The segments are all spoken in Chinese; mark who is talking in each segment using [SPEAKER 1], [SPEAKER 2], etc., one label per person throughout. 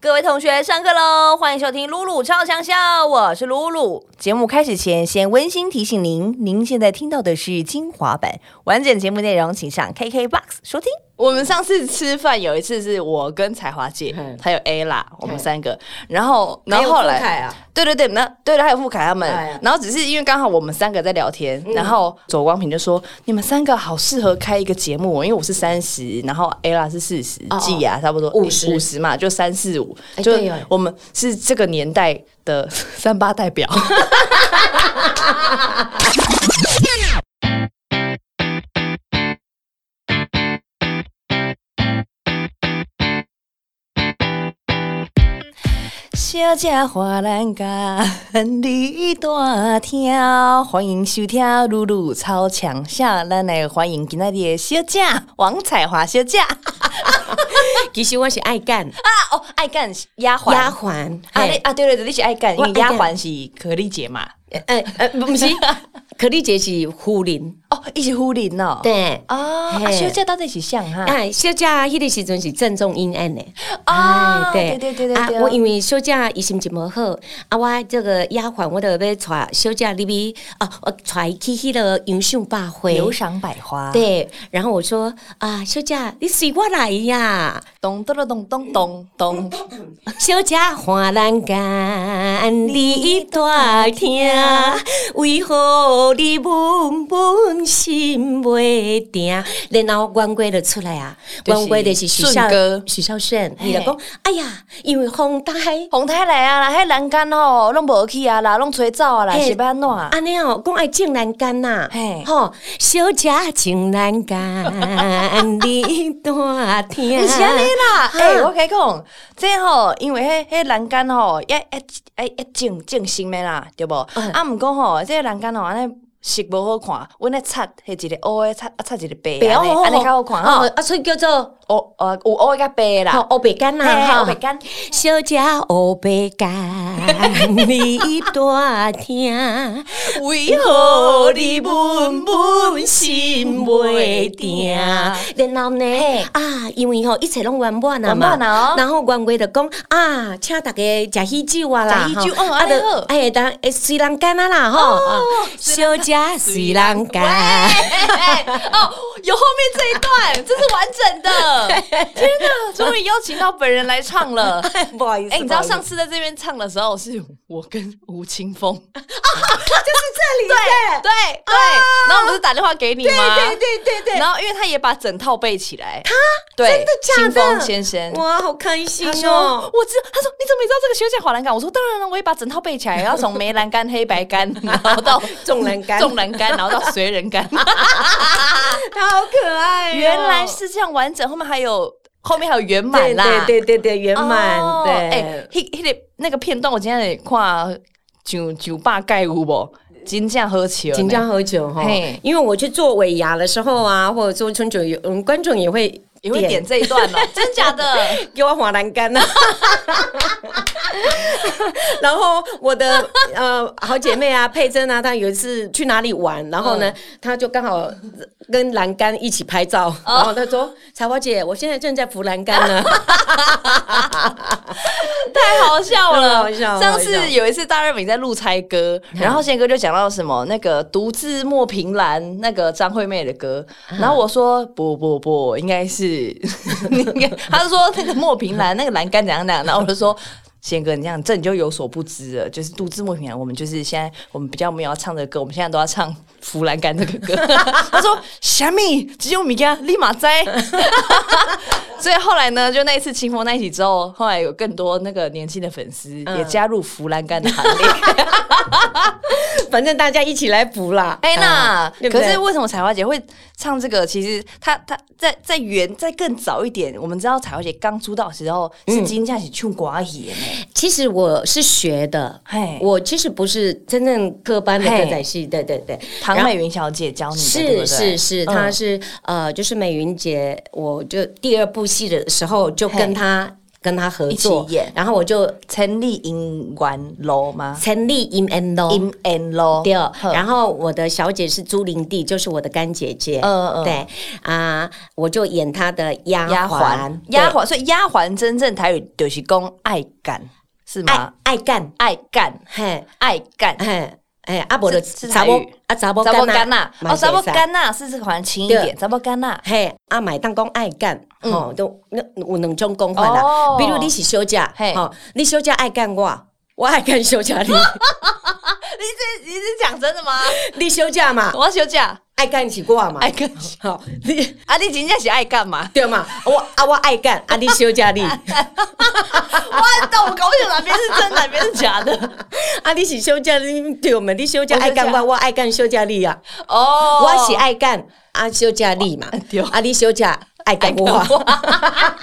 [SPEAKER 1] 各位同学，上课喽！欢迎收听露露超强笑，我是露露。节目开始前，先温馨提醒您，您现在听到的是精华版，完整节目内容请上 KKBOX 收听。
[SPEAKER 2] 我们上次吃饭有一次是我跟彩华姐
[SPEAKER 3] 嗯，
[SPEAKER 2] 还有 A 啦，我们三个，然后然
[SPEAKER 3] 还有
[SPEAKER 2] 后后
[SPEAKER 3] 傅凯
[SPEAKER 2] 来
[SPEAKER 3] 啊，
[SPEAKER 2] 对对对，那对了，还有傅凯他们
[SPEAKER 3] 哎呀，
[SPEAKER 2] 然后只是因为刚好我们三个在聊天，
[SPEAKER 1] 嗯
[SPEAKER 2] 然后左光平就说你们三个好适合开一个节目哦，因为我是三十，然后 A 啦是四十
[SPEAKER 3] 哦，
[SPEAKER 2] 季雅差不多
[SPEAKER 3] 50
[SPEAKER 2] 五十嘛，就三四五，
[SPEAKER 3] 哎
[SPEAKER 2] 就
[SPEAKER 3] 对耶
[SPEAKER 2] 我们是这个年代的 三八代表。小姐花兰甲，你大听，欢迎收听《露露超强下》，咱来欢迎今仔日的小姐王彩华小姐啊
[SPEAKER 3] 其实我是爱干哎
[SPEAKER 2] 哦，爱干丫鬟
[SPEAKER 3] 丫鬟，
[SPEAKER 2] 啊，你
[SPEAKER 3] 嘿
[SPEAKER 2] 啊，对对对，你是爱干，因
[SPEAKER 3] 我
[SPEAKER 2] 为
[SPEAKER 3] 爱
[SPEAKER 2] 丫
[SPEAKER 3] 干
[SPEAKER 2] 鬟是可丽姐嘛。
[SPEAKER 3] 呃呃，不 不是，可丽姐是夫人，
[SPEAKER 2] 哦，一起呼林哦。
[SPEAKER 3] 对。
[SPEAKER 2] 哦，啊，
[SPEAKER 3] 嘿
[SPEAKER 2] 休假到底是像哈？
[SPEAKER 3] 啊，休假迄个时阵是郑重阴暗的，
[SPEAKER 2] 啊
[SPEAKER 3] 哎
[SPEAKER 2] 对对对对对
[SPEAKER 3] 啊，我因为休假伊心情无好，啊，我这个丫鬟我得要带休假入去，啊，我带伊去迄个杨秀百会，
[SPEAKER 2] 流赏百花，，
[SPEAKER 3] 对，然后我说啊，休假你随我来呀，
[SPEAKER 2] 咚咚咚咚咚 咚咚。
[SPEAKER 3] 小姐花兰间，你大听，为何你闷闷心袂定？然后关归就出来啊，
[SPEAKER 2] 就是
[SPEAKER 3] 关归就是许
[SPEAKER 2] 顺
[SPEAKER 3] 孝
[SPEAKER 2] 哥
[SPEAKER 3] 许孝顺，
[SPEAKER 2] 嘿
[SPEAKER 3] 伊就讲，哎呀，因为风大，
[SPEAKER 2] 红太来啊，啦，迄栏杆吼，拢无去啊啦，拢吹走啊啦，
[SPEAKER 3] 嘿
[SPEAKER 2] 是要安怎？
[SPEAKER 3] 安尼哦，讲爱种栏杆呐
[SPEAKER 2] 嘿，
[SPEAKER 3] 吼，小姐种栏杆，你大 听，
[SPEAKER 2] 毋是安尼啦，
[SPEAKER 3] 哈
[SPEAKER 2] 诶，我甲你讲，这吼，因为迄迄栏杆吼，一一一一种种新的啦，对无？
[SPEAKER 3] 嗯
[SPEAKER 2] 啊，毋过吼，这个栏杆吼，安尼色无好看，阮咧擦，迄一个乌的擦，啊擦一个白的，
[SPEAKER 3] 白
[SPEAKER 2] 安尼
[SPEAKER 3] 哦
[SPEAKER 2] 安尼较好看吼
[SPEAKER 3] 哦，。啊，所以叫做
[SPEAKER 2] 乌呃有乌的甲白的啦，
[SPEAKER 3] 哦，白干
[SPEAKER 2] 嘿
[SPEAKER 3] 啦，
[SPEAKER 2] 黑白干。
[SPEAKER 3] 小姐乌白干，你大听，
[SPEAKER 2] 为
[SPEAKER 3] 何你闷闷心袂定？然后呢
[SPEAKER 2] 嘿，
[SPEAKER 3] 啊，因为吼一切拢圆满啊
[SPEAKER 2] 圆满啊
[SPEAKER 3] 嘛
[SPEAKER 2] 哦，
[SPEAKER 3] 然后圆月就讲啊，请大家食喜酒啊啦，
[SPEAKER 2] 吃喜酒
[SPEAKER 3] 吼
[SPEAKER 2] 哦
[SPEAKER 3] 啊
[SPEAKER 2] 安尼好哦
[SPEAKER 3] 就哎，当哎随人干啊啦吼，小姐随人干，
[SPEAKER 2] 哎哦，有后面这一段，这是完整的。 天哪，终于邀请到本人来唱了。
[SPEAKER 3] 不好意
[SPEAKER 2] 哎、你知道上
[SPEAKER 3] 次
[SPEAKER 2] 次在这边唱的时候，是我跟吴青峰，对
[SPEAKER 3] 这里
[SPEAKER 2] 对，然后我不是打电话给你吗？
[SPEAKER 3] 啊对对对对，
[SPEAKER 2] 然后因为他也把整套背起来，他对，
[SPEAKER 3] 真的
[SPEAKER 2] 青
[SPEAKER 3] 假的
[SPEAKER 2] 峰先生。
[SPEAKER 3] 哇，好开心
[SPEAKER 2] 他说
[SPEAKER 3] 哦！：“
[SPEAKER 2] 我知。”他说：“你怎么也知道这个学姐滑栏杆？”我说：“当然了，我也把整套背起来，然后从梅栏杆、黑白杆，然后到
[SPEAKER 3] 纵栏杆
[SPEAKER 2] 纵栏杆，然后到随人 杆。
[SPEAKER 3] 他好可爱哦
[SPEAKER 2] 原来是这样完整，后面还有后面还有圆满啦，
[SPEAKER 3] 对对对对对，圆
[SPEAKER 2] 哦
[SPEAKER 3] 满、对。
[SPEAKER 2] 哎，迄迄个那个片段，我今天也看酒酒吧盖有无，真正好笑呢，
[SPEAKER 3] 紧张喝酒哈
[SPEAKER 2] 嘿，
[SPEAKER 3] 因为我去做尾牙的时候啊，或者做春酒，有嗯，观众也会
[SPEAKER 2] 也会点这一段 了，真假的？
[SPEAKER 3] 给我划栏杆啊。 然后我的呃好姐妹啊，佩珍啊，她有一次去哪里玩，然后呢，
[SPEAKER 2] 嗯
[SPEAKER 3] 她就刚好跟栏杆一起拍照，
[SPEAKER 2] 哦
[SPEAKER 3] 然后她说：“彩花姐，我现在正在扶栏 杆呢。
[SPEAKER 2] 太好笑
[SPEAKER 3] 太
[SPEAKER 2] 了！
[SPEAKER 3] 好笑了嗯
[SPEAKER 2] 上次有一次大热敏在录猜歌，然后宪哥就讲到什么那个独自莫凭栏那个张惠妹的歌，
[SPEAKER 3] 嗯
[SPEAKER 2] 然后我说不不不，应该是 应该，他就说那个莫凭栏那个栏杆怎样怎样，然后我就说。宪哥，你这样这你就有所不知了，就是独自莫凭栏。我们就是现在我们比较没有要唱的歌，我们现在都要唱《扶栏杆》这个歌。 他说：“虾米，只有米家立马栽。”所以后来呢，就那一次清风那一起之后，后来有更多那个年轻的粉丝也加入扶栏杆的行 列。
[SPEAKER 3] 反正大家一起来扶啦。
[SPEAKER 2] 哎、那、
[SPEAKER 3] 啊对不
[SPEAKER 2] 可
[SPEAKER 3] 对
[SPEAKER 2] 是为什么彩花姐会唱这个？其实她她在在原在更早一点，我们知道彩花姐刚出道的时候是金佳喜唱寡戏的呢。
[SPEAKER 3] 其实我是学的
[SPEAKER 2] 嘿，
[SPEAKER 3] 我其实不是真正科班的
[SPEAKER 2] 嘿
[SPEAKER 3] 歌仔戏，对对对。
[SPEAKER 2] 唐
[SPEAKER 3] 然后
[SPEAKER 2] 美云小姐教你的，嗯对不嗯
[SPEAKER 3] 是
[SPEAKER 2] 对
[SPEAKER 3] 是是，她是呃，就是美云姐，我就第二部戏的时候就跟她。跟他合
[SPEAKER 2] 一起
[SPEAKER 3] 作
[SPEAKER 2] 演，
[SPEAKER 3] 然后我就
[SPEAKER 2] 成立音玩楼吗
[SPEAKER 3] 成立 In and Low。
[SPEAKER 2] ？In and 嗯楼，
[SPEAKER 3] 对，
[SPEAKER 2] 好
[SPEAKER 3] 然后我的小姐是朱玲娣，就是我的干姐姐。
[SPEAKER 2] 嗯嗯
[SPEAKER 3] 对啊、我就演她的丫
[SPEAKER 2] 丫
[SPEAKER 3] 鬟
[SPEAKER 2] 鬟，，丫鬟，所以丫鬟真正台语就是讲爱干，是
[SPEAKER 3] 对爱
[SPEAKER 2] 吗？
[SPEAKER 3] 爱干，
[SPEAKER 2] 爱干，
[SPEAKER 3] 嘿，
[SPEAKER 2] 爱干，
[SPEAKER 3] 嘿，哎，阿伯的
[SPEAKER 2] 是是
[SPEAKER 3] 查
[SPEAKER 2] 台
[SPEAKER 3] 某
[SPEAKER 2] 语
[SPEAKER 3] 啊查某
[SPEAKER 2] 查
[SPEAKER 3] 干
[SPEAKER 2] 某
[SPEAKER 3] 呐
[SPEAKER 2] 干呐，
[SPEAKER 3] 嘛
[SPEAKER 2] 哦，
[SPEAKER 3] 是可
[SPEAKER 2] 查
[SPEAKER 3] 以
[SPEAKER 2] 某干呐，是是还轻一
[SPEAKER 3] 对
[SPEAKER 2] 点，查某干呐，
[SPEAKER 3] 嘿，啊，买当讲爱干，吼、都那有两种讲法啦。
[SPEAKER 2] 嗯哦
[SPEAKER 3] 比如你是休假，
[SPEAKER 2] 嘿
[SPEAKER 3] 吼、你休假爱干我，我爱干休假 你。
[SPEAKER 2] 你这你是讲真的吗？
[SPEAKER 3] 你休假嘛，
[SPEAKER 2] 我要休假，
[SPEAKER 3] 爱干是我嘛，
[SPEAKER 2] 爱干，
[SPEAKER 3] 好、你？
[SPEAKER 2] 啊，你真正是爱干嘛
[SPEAKER 3] 对嘛？我啊，我爱干，啊，你休假你，
[SPEAKER 2] 我懂，我搞不清楚哪边是真，哪边是假的。
[SPEAKER 3] 啊，你是休假你对嘛？你休假
[SPEAKER 2] 我休
[SPEAKER 3] 爱干
[SPEAKER 2] 假
[SPEAKER 3] 我，我爱干休假你啊，
[SPEAKER 2] 哦，
[SPEAKER 3] 我是爱干，啊，休假你嘛
[SPEAKER 2] 对，
[SPEAKER 3] 啊，你休假爱干我，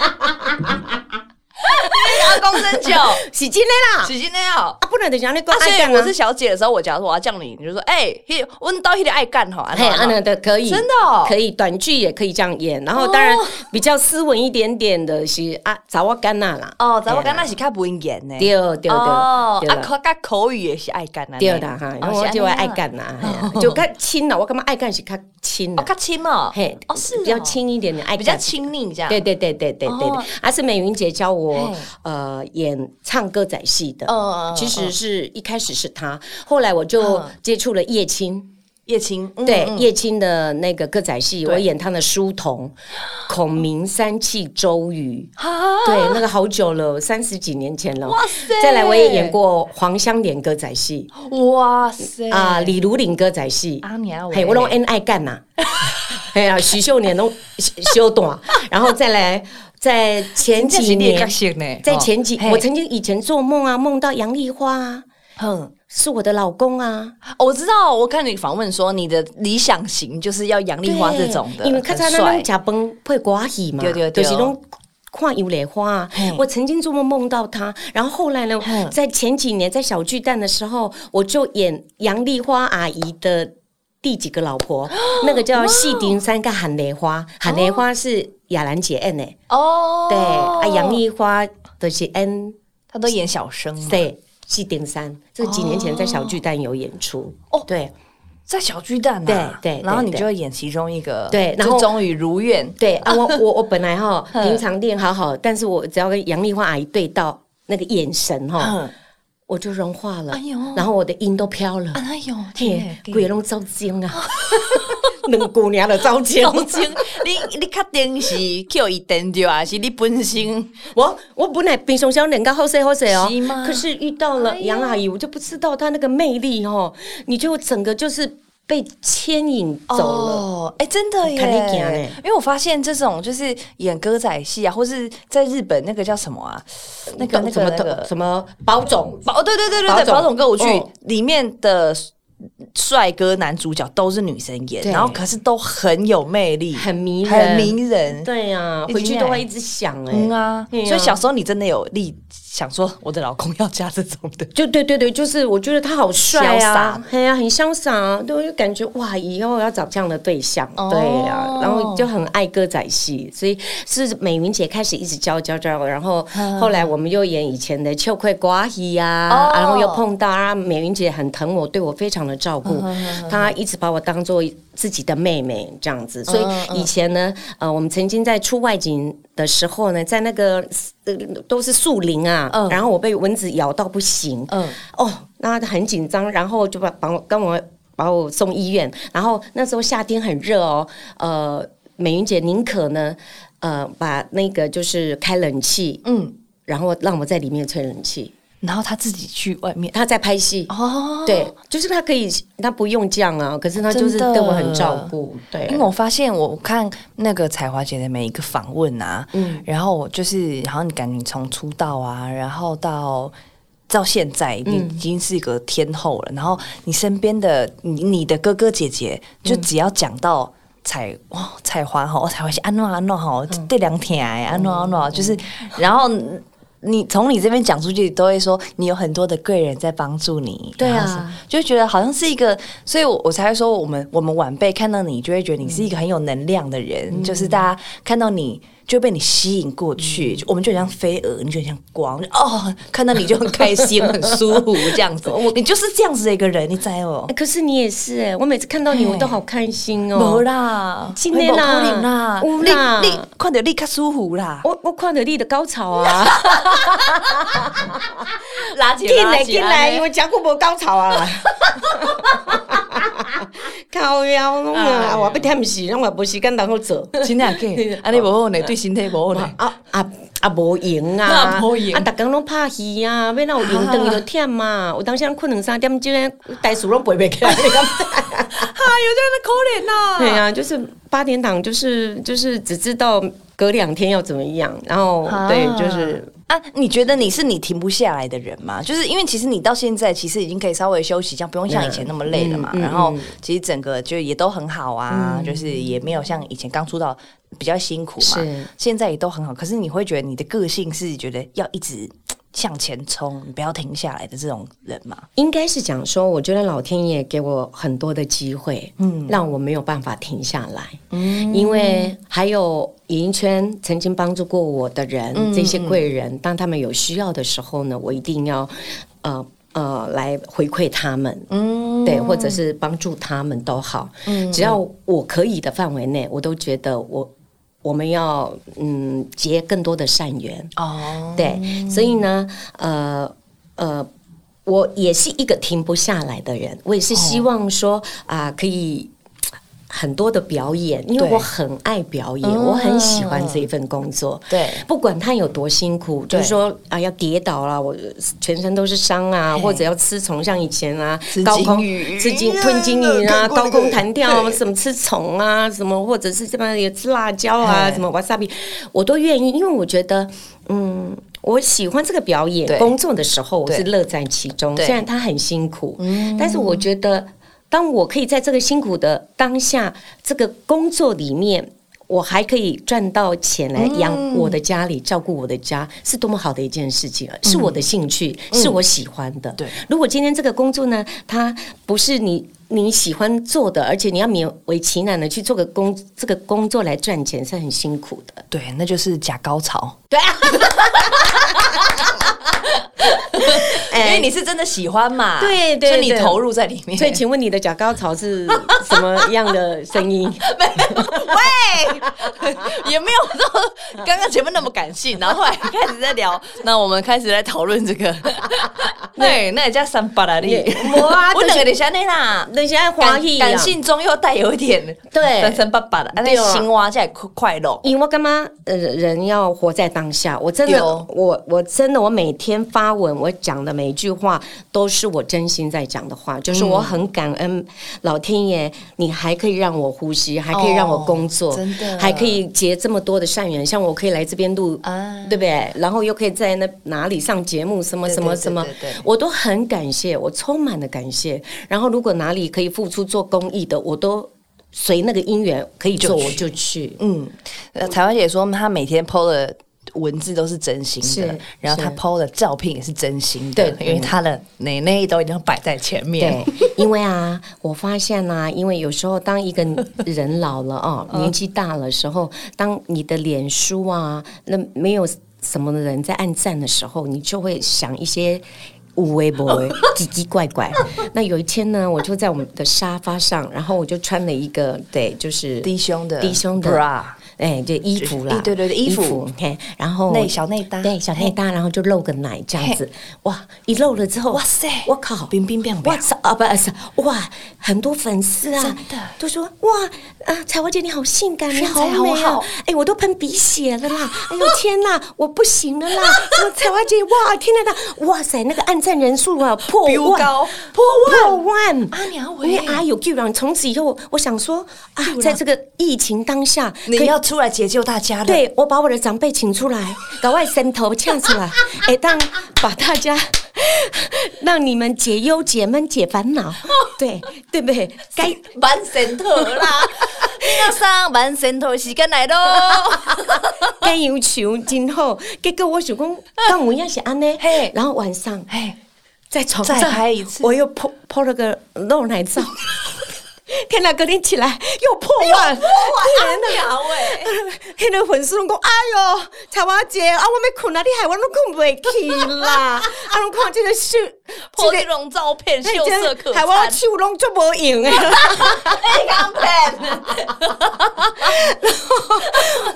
[SPEAKER 2] 阿公真久，
[SPEAKER 3] 是真的啦。
[SPEAKER 2] 是真的哦。
[SPEAKER 3] 啊，不然就是安尼讲
[SPEAKER 2] 啊，所
[SPEAKER 3] 爱
[SPEAKER 2] 以
[SPEAKER 3] 干
[SPEAKER 2] 我
[SPEAKER 3] 啊
[SPEAKER 2] 是。小姐的时候，我假如说我要叫你，你就说，哎，迄问到迄个爱干 吼，安
[SPEAKER 3] 嘿，安那的可以，
[SPEAKER 2] 真的哦
[SPEAKER 3] 可以，短剧也可以这样演。然后当然
[SPEAKER 2] 哦
[SPEAKER 3] 比较斯文一点点的是啊，早我干那啦，
[SPEAKER 2] 哦，查某干那是较文言呢。
[SPEAKER 3] 对对对，
[SPEAKER 2] 哎哦，
[SPEAKER 3] 对
[SPEAKER 2] 啊，
[SPEAKER 3] 啦
[SPEAKER 2] 口甲口语也是爱干啊。
[SPEAKER 3] 对啦哈，然后我就爱，干啦，嘿啊就较亲啦，我感觉爱干是较亲
[SPEAKER 2] 哦，
[SPEAKER 3] 啦，
[SPEAKER 2] 较亲哦，
[SPEAKER 3] 嘿，
[SPEAKER 2] 哦是
[SPEAKER 3] 比较
[SPEAKER 2] 哦，
[SPEAKER 3] 亲一点点，爱
[SPEAKER 2] 比较
[SPEAKER 3] 干。
[SPEAKER 2] 亲密这样。
[SPEAKER 3] 对对对对对对
[SPEAKER 2] 哦
[SPEAKER 3] 对，而是美云姐教我
[SPEAKER 2] 嘿
[SPEAKER 3] 呃演唱歌仔戏的
[SPEAKER 2] 嗯，嗯，嗯嗯
[SPEAKER 3] 其实是一开始是她，后来我就
[SPEAKER 2] 嗯
[SPEAKER 3] 接触了叶青，
[SPEAKER 2] 叶青，嗯
[SPEAKER 3] 对
[SPEAKER 2] 嗯
[SPEAKER 3] 叶青的那个歌仔戏，
[SPEAKER 2] 对
[SPEAKER 3] 我演他的书童，孔明三气周瑜。
[SPEAKER 2] 啊
[SPEAKER 3] 对，那个好久了，三十几年前了。
[SPEAKER 2] 哇塞
[SPEAKER 3] 再来，我也演过黄香莲歌仔戏
[SPEAKER 2] 哇塞
[SPEAKER 3] 啊、李如林歌仔戏，
[SPEAKER 2] 阿娘喂，
[SPEAKER 3] 嘿，我拢恩爱干呐。 哎呀，许秀莲拢修短，然后再来，在前几年，
[SPEAKER 2] 呢哦
[SPEAKER 3] 在前几，
[SPEAKER 2] 嘿
[SPEAKER 3] 我曾经以前做梦啊，梦到杨丽花啊，
[SPEAKER 2] 哼，
[SPEAKER 3] 是我的老公啊。
[SPEAKER 2] 哦我知道，我看你访问说你的理想型就是要杨丽花
[SPEAKER 3] 对
[SPEAKER 2] 这种的，
[SPEAKER 3] 因为较早
[SPEAKER 2] 很
[SPEAKER 3] 咱拢
[SPEAKER 2] 帅
[SPEAKER 3] 食饭配歌戏嘛，
[SPEAKER 2] 对对对
[SPEAKER 3] 就是拢。看油莲花啊
[SPEAKER 2] 嘿！
[SPEAKER 3] 我曾经做梦梦到他，然后后来呢
[SPEAKER 2] 嗯，
[SPEAKER 3] 在前几年在小巨蛋的时候，我就演杨丽花阿姨的第几个老 婆，那个叫戏顶三个韩莲花，韩莲花是雅兰姐演的，
[SPEAKER 2] 哦，
[SPEAKER 3] 对啊，杨，丽花的是 N
[SPEAKER 2] 他都演小生嘛，
[SPEAKER 3] 对戏顶三，这几年前在小巨蛋有演出
[SPEAKER 2] 哦
[SPEAKER 3] 对，
[SPEAKER 2] 在小巨蛋啊，
[SPEAKER 3] 对对对
[SPEAKER 2] 然后你
[SPEAKER 3] 对
[SPEAKER 2] 就演其中一个，
[SPEAKER 3] 对然
[SPEAKER 2] 就
[SPEAKER 3] 后
[SPEAKER 2] 终于如愿，
[SPEAKER 3] 对 啊，我我我本来哈
[SPEAKER 2] 嗯
[SPEAKER 3] 平常练好好，但是我只要跟杨丽花阿姨对到那个眼神哈，
[SPEAKER 2] 哼，
[SPEAKER 3] 我就融化了
[SPEAKER 2] 嗯哎呦，
[SPEAKER 3] 然后我的音都飘了，
[SPEAKER 2] 哎呦，
[SPEAKER 3] 嘿
[SPEAKER 2] 天，，
[SPEAKER 3] 鬼拢糟精啊，两姑娘的糟 精，
[SPEAKER 2] 东京，你 你确定是叫伊登掉还是你本身？
[SPEAKER 3] 我我本来平常想人家好色好色哦
[SPEAKER 2] 是吗，哎
[SPEAKER 3] 可是遇到了杨阿姨，我就不知道她那个魅力哦，你就整个就是被牵引走了。
[SPEAKER 2] 哦，哎、真的耶！
[SPEAKER 3] 看你行嘞
[SPEAKER 2] 因为我发现这种就是演歌仔戏啊，或是在日本那个叫什么啊，那个那
[SPEAKER 3] 什
[SPEAKER 2] 个
[SPEAKER 3] 么
[SPEAKER 2] 那个
[SPEAKER 3] 什么包总，
[SPEAKER 2] 宝，哦对对对对
[SPEAKER 3] 宝
[SPEAKER 2] 对，
[SPEAKER 3] 冢
[SPEAKER 2] 宝总歌舞剧
[SPEAKER 3] 嗯
[SPEAKER 2] 里面的帅哥男主角都是女生演，
[SPEAKER 3] 对
[SPEAKER 2] 然后可是都很有魅力，
[SPEAKER 3] 很迷人
[SPEAKER 2] 很迷人。
[SPEAKER 3] 对呀，
[SPEAKER 2] 一直
[SPEAKER 3] 回去
[SPEAKER 2] 念
[SPEAKER 3] 都会一直想哎
[SPEAKER 2] 嗯。啊，
[SPEAKER 3] 对啊
[SPEAKER 2] 所以小时候你真的有力想说我的老公要嫁这种的，
[SPEAKER 3] 就对对对，就是我觉得他好帅
[SPEAKER 2] 潇
[SPEAKER 3] 啊
[SPEAKER 2] 洒，
[SPEAKER 3] 哎呀、很潇洒、啊，对，我就感觉哇，以后我要找这样的对象，
[SPEAKER 2] 哦
[SPEAKER 3] 对呀、然后就很爱歌仔戏，所以是美云姐开始一直教教教，然后后来我们又演以前的秋葵瓜戏呀、
[SPEAKER 2] 哦
[SPEAKER 3] 然后又碰到啊，美云姐很疼我，对我非常的照
[SPEAKER 2] 嗯
[SPEAKER 3] 顾，她一直把我当做自己的妹妹这样子，所
[SPEAKER 2] 嗯
[SPEAKER 3] 以以前呢，呃，我们曾经在出外景的时候呢，在那个呃都是树林啊，
[SPEAKER 2] 嗯
[SPEAKER 3] 然后我被蚊子咬到不行，
[SPEAKER 2] 嗯，
[SPEAKER 3] 哦，那他很紧张，然后就把把我跟我把我送医院，然后那时候夏天很热哦，呃，美云姐宁可呢，呃，把那个就是开冷气，
[SPEAKER 2] 嗯，
[SPEAKER 3] 然后让我在里面吹冷气，
[SPEAKER 2] 然后他自己去外面
[SPEAKER 3] 她在拍戏，
[SPEAKER 2] 哦，
[SPEAKER 3] 对，就是她可以，她不用这样啊，可是她就是
[SPEAKER 2] 真的
[SPEAKER 3] 对我很照顾，对，
[SPEAKER 2] 因为我发现我看那个彩华姐的每一个访问啊，嗯，然后我就是，然后你感觉从出道啊，然后到。到现在，你
[SPEAKER 3] 嗯
[SPEAKER 2] 已经是个天后了。然后你身边的你、你的哥哥姐姐，就只要讲到彩哇彩华吼，彩华是安诺安诺吼，
[SPEAKER 3] 嗯
[SPEAKER 2] 这两天哎安诺安诺，就是然后你从你这边讲出去，都会说你有很多的贵人在帮助你。
[SPEAKER 3] 对啊
[SPEAKER 2] 然后什么就觉得好像是一个，所以我我才会嗯说，我们我们晚辈看到你，就会觉得你是一个很有能量的人，就是大家看到你。就被你吸引过去，就我们就很像飞蛾，你就很像光，就哦，看到你就很开心，很舒服这样 子。你就是这样子的一个人，你知哦
[SPEAKER 3] 哎？可是你也是哎，我每次看到你，我都好开心
[SPEAKER 2] 没
[SPEAKER 3] 哦。
[SPEAKER 2] 啦，
[SPEAKER 3] 今天啦
[SPEAKER 2] 没可能啦，
[SPEAKER 3] 有
[SPEAKER 2] 你
[SPEAKER 3] 啦
[SPEAKER 2] 你看到你较舒服啦，
[SPEAKER 3] 我我看到你的高潮啊！
[SPEAKER 2] 拉起
[SPEAKER 3] 进来进来，因为讲过无高潮 啊！靠腰弄啊！我要忝死，让我无时间当好做。
[SPEAKER 2] 真的 假啊的？安尼无好呢，对身体无好呢。
[SPEAKER 3] 啊啊啊！无闲啊，
[SPEAKER 2] 啊无闲
[SPEAKER 3] 啊，逐工拢拍戏啊，要哪有 闲？等于就忝嘛。有当时咱困两三点钟，台词拢背袂 起来。你敢知
[SPEAKER 2] 哈，有这样的可怜呐
[SPEAKER 3] 对啊，就是八点档，就是就是只知道隔两天要怎么样，然后对，就是
[SPEAKER 2] 啊，你觉得你是你停不下来的人吗？就是因为其实你到现在其实已经可以稍微休息一下，不用像以前那么累了嘛。
[SPEAKER 3] 嗯嗯嗯嗯
[SPEAKER 2] 然后其实整个就也都很好啊，就是也没有像以前刚出道比较辛苦嘛
[SPEAKER 3] 是，
[SPEAKER 2] 现在也都很好。可是你会觉得你的个性是觉得要一直向前冲，你不要停下来的这种人吗？
[SPEAKER 3] 应该是讲说，我觉得老天爷给我很多的机会，嗯，让我没有办法停下来，嗯，因为还有演艺圈曾经帮助过我的人，这些贵人，当他们有需要的时候呢，我一定要，呃呃，来回馈他们，嗯，对，或者是帮助他们都好，嗯，只要我可以的范围内，我都觉得我我们要嗯结更多的善缘，
[SPEAKER 2] 哦，
[SPEAKER 3] 对，所以呢，呃呃，我也是一个停不下来的人，我也是希望说
[SPEAKER 2] 哦
[SPEAKER 3] 啊、可以。很多的表演，因为
[SPEAKER 2] 对
[SPEAKER 3] 我很爱表演，我很喜欢这一份工作。
[SPEAKER 2] 嗯对
[SPEAKER 3] 不管他有多辛苦，就是说啊，要跌倒啦，我全身都是伤啊，或者要吃虫，像以前啊，高空
[SPEAKER 2] 金鱼哎
[SPEAKER 3] 吃金吞金鱼啊，高空弹跳啊，什么吃虫啊，什么或者是这么也吃辣椒啊，
[SPEAKER 2] 嘿
[SPEAKER 3] 什么 wasabi，我都愿意，因为我觉得，嗯，我喜欢这个表
[SPEAKER 2] 对
[SPEAKER 3] 演，工作的时候我是
[SPEAKER 2] 对
[SPEAKER 3] 乐在其中，
[SPEAKER 2] 对嗯
[SPEAKER 3] 虽然它很辛苦，但是我觉得，当我可以在这个辛苦的当下，这个工作里面。我还可以赚到钱
[SPEAKER 2] 嗯
[SPEAKER 3] 来养我的家里，照顾我的家，是多么好的一件事情啊！是我的兴趣，是我喜欢的。
[SPEAKER 2] 嗯对
[SPEAKER 3] 如果今天这个工作呢，它不是你你喜欢做的，而且你要勉为其难的去做个工这个工作来赚钱，是很辛苦的。
[SPEAKER 2] 对，那就是假高潮。因为你是真的喜欢嘛，
[SPEAKER 3] 对对
[SPEAKER 2] 所以你
[SPEAKER 3] 对
[SPEAKER 2] 投入在 里面。
[SPEAKER 3] 所以，请问你的假高潮是什么样的声音？
[SPEAKER 2] 也没有到刚刚前面那么感性，然后后来开始在 聊，那我们开始在讨论这个。对，那也叫三八啦，你
[SPEAKER 3] 也没啊
[SPEAKER 2] 我
[SPEAKER 3] 就
[SPEAKER 2] 两
[SPEAKER 3] 是
[SPEAKER 2] 个就是安尼啦，
[SPEAKER 3] 那些爱欢
[SPEAKER 2] 感
[SPEAKER 3] 喜啊
[SPEAKER 2] 感，性中又带有一点
[SPEAKER 3] 对
[SPEAKER 2] 三三八八的，安尼
[SPEAKER 3] 对啊
[SPEAKER 2] 心挖才快快乐。
[SPEAKER 3] 因为我干嘛？呃，人要活在当下。我真
[SPEAKER 2] 对
[SPEAKER 3] 的
[SPEAKER 2] 哦，
[SPEAKER 3] 我我真的，我每天发文，我讲的每一句话都是我真心在讲的话，就是
[SPEAKER 2] 嗯
[SPEAKER 3] 我很感恩老天爷，你还可以让我呼吸，还可以让我工作，
[SPEAKER 2] 哦真的
[SPEAKER 3] 还可以结这么多的善缘，像我可以来这边录，
[SPEAKER 2] 啊
[SPEAKER 3] 对不对？然后又可以在那哪里上节目，什么
[SPEAKER 2] 对
[SPEAKER 3] 什
[SPEAKER 2] 对
[SPEAKER 3] 么
[SPEAKER 2] 对
[SPEAKER 3] 什么
[SPEAKER 2] 对对对，
[SPEAKER 3] 我都很感谢，我充满了感谢。然后如果哪里可以付出做公益的，我都随那个因缘可以做，
[SPEAKER 2] 就去
[SPEAKER 3] 我就去。
[SPEAKER 2] 嗯， 呃彩花姐说她每天 PO 的文字都是真心的
[SPEAKER 3] 是，
[SPEAKER 2] 然后她
[SPEAKER 3] 是
[SPEAKER 2] PO 的照片也是真心的，
[SPEAKER 3] 对嗯
[SPEAKER 2] 因为她的奶奶都一定要摆在前面
[SPEAKER 3] 对。，因为啊， 我发现啊，因为有时候当一个人老了哦，
[SPEAKER 2] 嗯
[SPEAKER 3] 年纪大了时候，当你的脸书啊，那没有什么人在按赞的时候，你就会想一些。无微不 微，奇奇怪怪。那有一天呢，我就在我们的沙发上，然后我就穿了一个，对，就是
[SPEAKER 2] 低胸的
[SPEAKER 3] 低胸的
[SPEAKER 2] bra
[SPEAKER 3] 哎，对，衣服啦，
[SPEAKER 2] 对对对衣服
[SPEAKER 3] 嘿，然后
[SPEAKER 2] 内小内搭
[SPEAKER 3] 对，小内搭，然后就露个奶这样子，哇，一露了之后，
[SPEAKER 2] 哇塞
[SPEAKER 3] 我靠，
[SPEAKER 2] 冰冰冰冰
[SPEAKER 3] 哇操啊，不是，哇，很多粉丝啊，
[SPEAKER 2] 真的
[SPEAKER 3] 都说哇啊，彩花姐你好性感，你
[SPEAKER 2] 身材
[SPEAKER 3] 好美
[SPEAKER 2] 好
[SPEAKER 3] 哦
[SPEAKER 2] 好，
[SPEAKER 3] 哎，我都喷鼻血了啦，哎呦天呐，我不行了啦，我彩花姐，哇天呐，哇塞，那个按赞人数啊破
[SPEAKER 2] 飙
[SPEAKER 3] 万，
[SPEAKER 2] 高
[SPEAKER 3] 破万，破万，
[SPEAKER 2] 阿娘喂
[SPEAKER 3] 因为阿有 Q 然，从此以后，我想说啊，在这个疫情当下，可
[SPEAKER 2] 你
[SPEAKER 3] 以
[SPEAKER 2] 要出来解救大家了，
[SPEAKER 3] 对我把我的长辈请出来，搞外伸头呛出 来，哎，当把大家让你们解忧、解闷、解烦恼，
[SPEAKER 2] 哦
[SPEAKER 3] 对对不对？该
[SPEAKER 2] 蛮神头啦， 那上蛮神头时间 来咯。
[SPEAKER 3] 该要求今后，结果我想讲，当我要是安呢
[SPEAKER 2] 嘿，
[SPEAKER 3] 然后晚上
[SPEAKER 2] 哎，
[SPEAKER 3] 在床上
[SPEAKER 2] 再拍一次
[SPEAKER 3] 我又 po po 了个露奶照。天哪，格林起来又破 万，
[SPEAKER 2] 哇，阿鸟哎，
[SPEAKER 3] 迄个粉丝拢讲，哎哟，彩华姐，啊，我要困啊，你害我拢困袂去啦， 啊，拢看即个秀，
[SPEAKER 1] 破
[SPEAKER 3] 这
[SPEAKER 1] 这
[SPEAKER 3] 个
[SPEAKER 1] 种照片秀色可
[SPEAKER 3] 害我
[SPEAKER 1] 餐。
[SPEAKER 3] 手拢足无用 诶。
[SPEAKER 2] 哎，刚骗，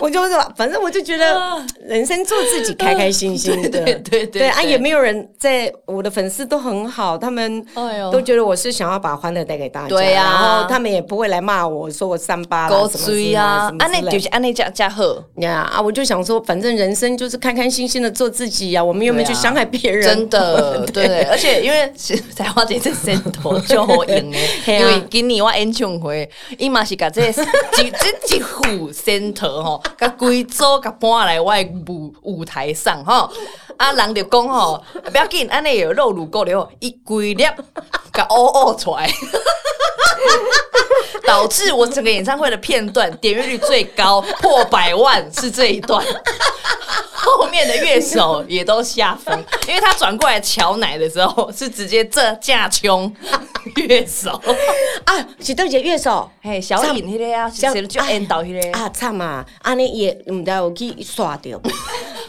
[SPEAKER 3] 我就说，反正我就觉得人生做自己，开开心心的，
[SPEAKER 1] 嗯 对对对对
[SPEAKER 3] 对啊，
[SPEAKER 1] 对
[SPEAKER 3] 也没有人在我的粉丝都很好，他们
[SPEAKER 1] 哎呦
[SPEAKER 3] 都觉得我是想要把欢乐带给大家，
[SPEAKER 1] 对啊
[SPEAKER 3] 然后他们也不会来骂我说我三八啦
[SPEAKER 1] 狗
[SPEAKER 3] 什么之类
[SPEAKER 1] 追啊，
[SPEAKER 3] 什么
[SPEAKER 1] 安
[SPEAKER 3] 之类
[SPEAKER 1] 内就是安内加加贺，
[SPEAKER 3] 呀啊，我就想说，反正人生就是开开心心的做自己呀、我们又没有去
[SPEAKER 1] 对啊
[SPEAKER 3] 伤害别人，，
[SPEAKER 1] 真的对，而且因为 是彩花姐这身头就好用的
[SPEAKER 3] 嘿啊
[SPEAKER 1] 因为今年我演唱会，伊嘛是甲 这一这一副身头吼，甲规组甲搬来我的舞舞台上吼，啊人就讲吼，不要紧，安内有肉乳够了，伊规粒 甲凹凹出来。 导致我整个演唱会的片段点阅率最高，破百万是这一段。后面的乐手也都吓疯，因为他转过来瞧奶的时候是直接这架穷乐手，
[SPEAKER 3] 啊，许豆姐乐手。
[SPEAKER 2] 哎
[SPEAKER 1] 嘿，小影迄个啊，
[SPEAKER 3] 像
[SPEAKER 1] 谁就
[SPEAKER 3] 哎
[SPEAKER 1] N 导迄个，
[SPEAKER 3] 啊惨啊！安尼也毋知有去刷着，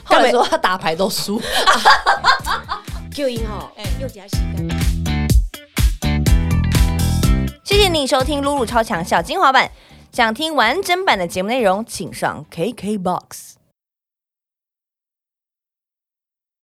[SPEAKER 1] 后来说他打牌都输，
[SPEAKER 3] 叫因吼，又加时间。
[SPEAKER 2] 谢谢你收听露露超强小精华版，想听完整版的节目内容，请上 KKBOX。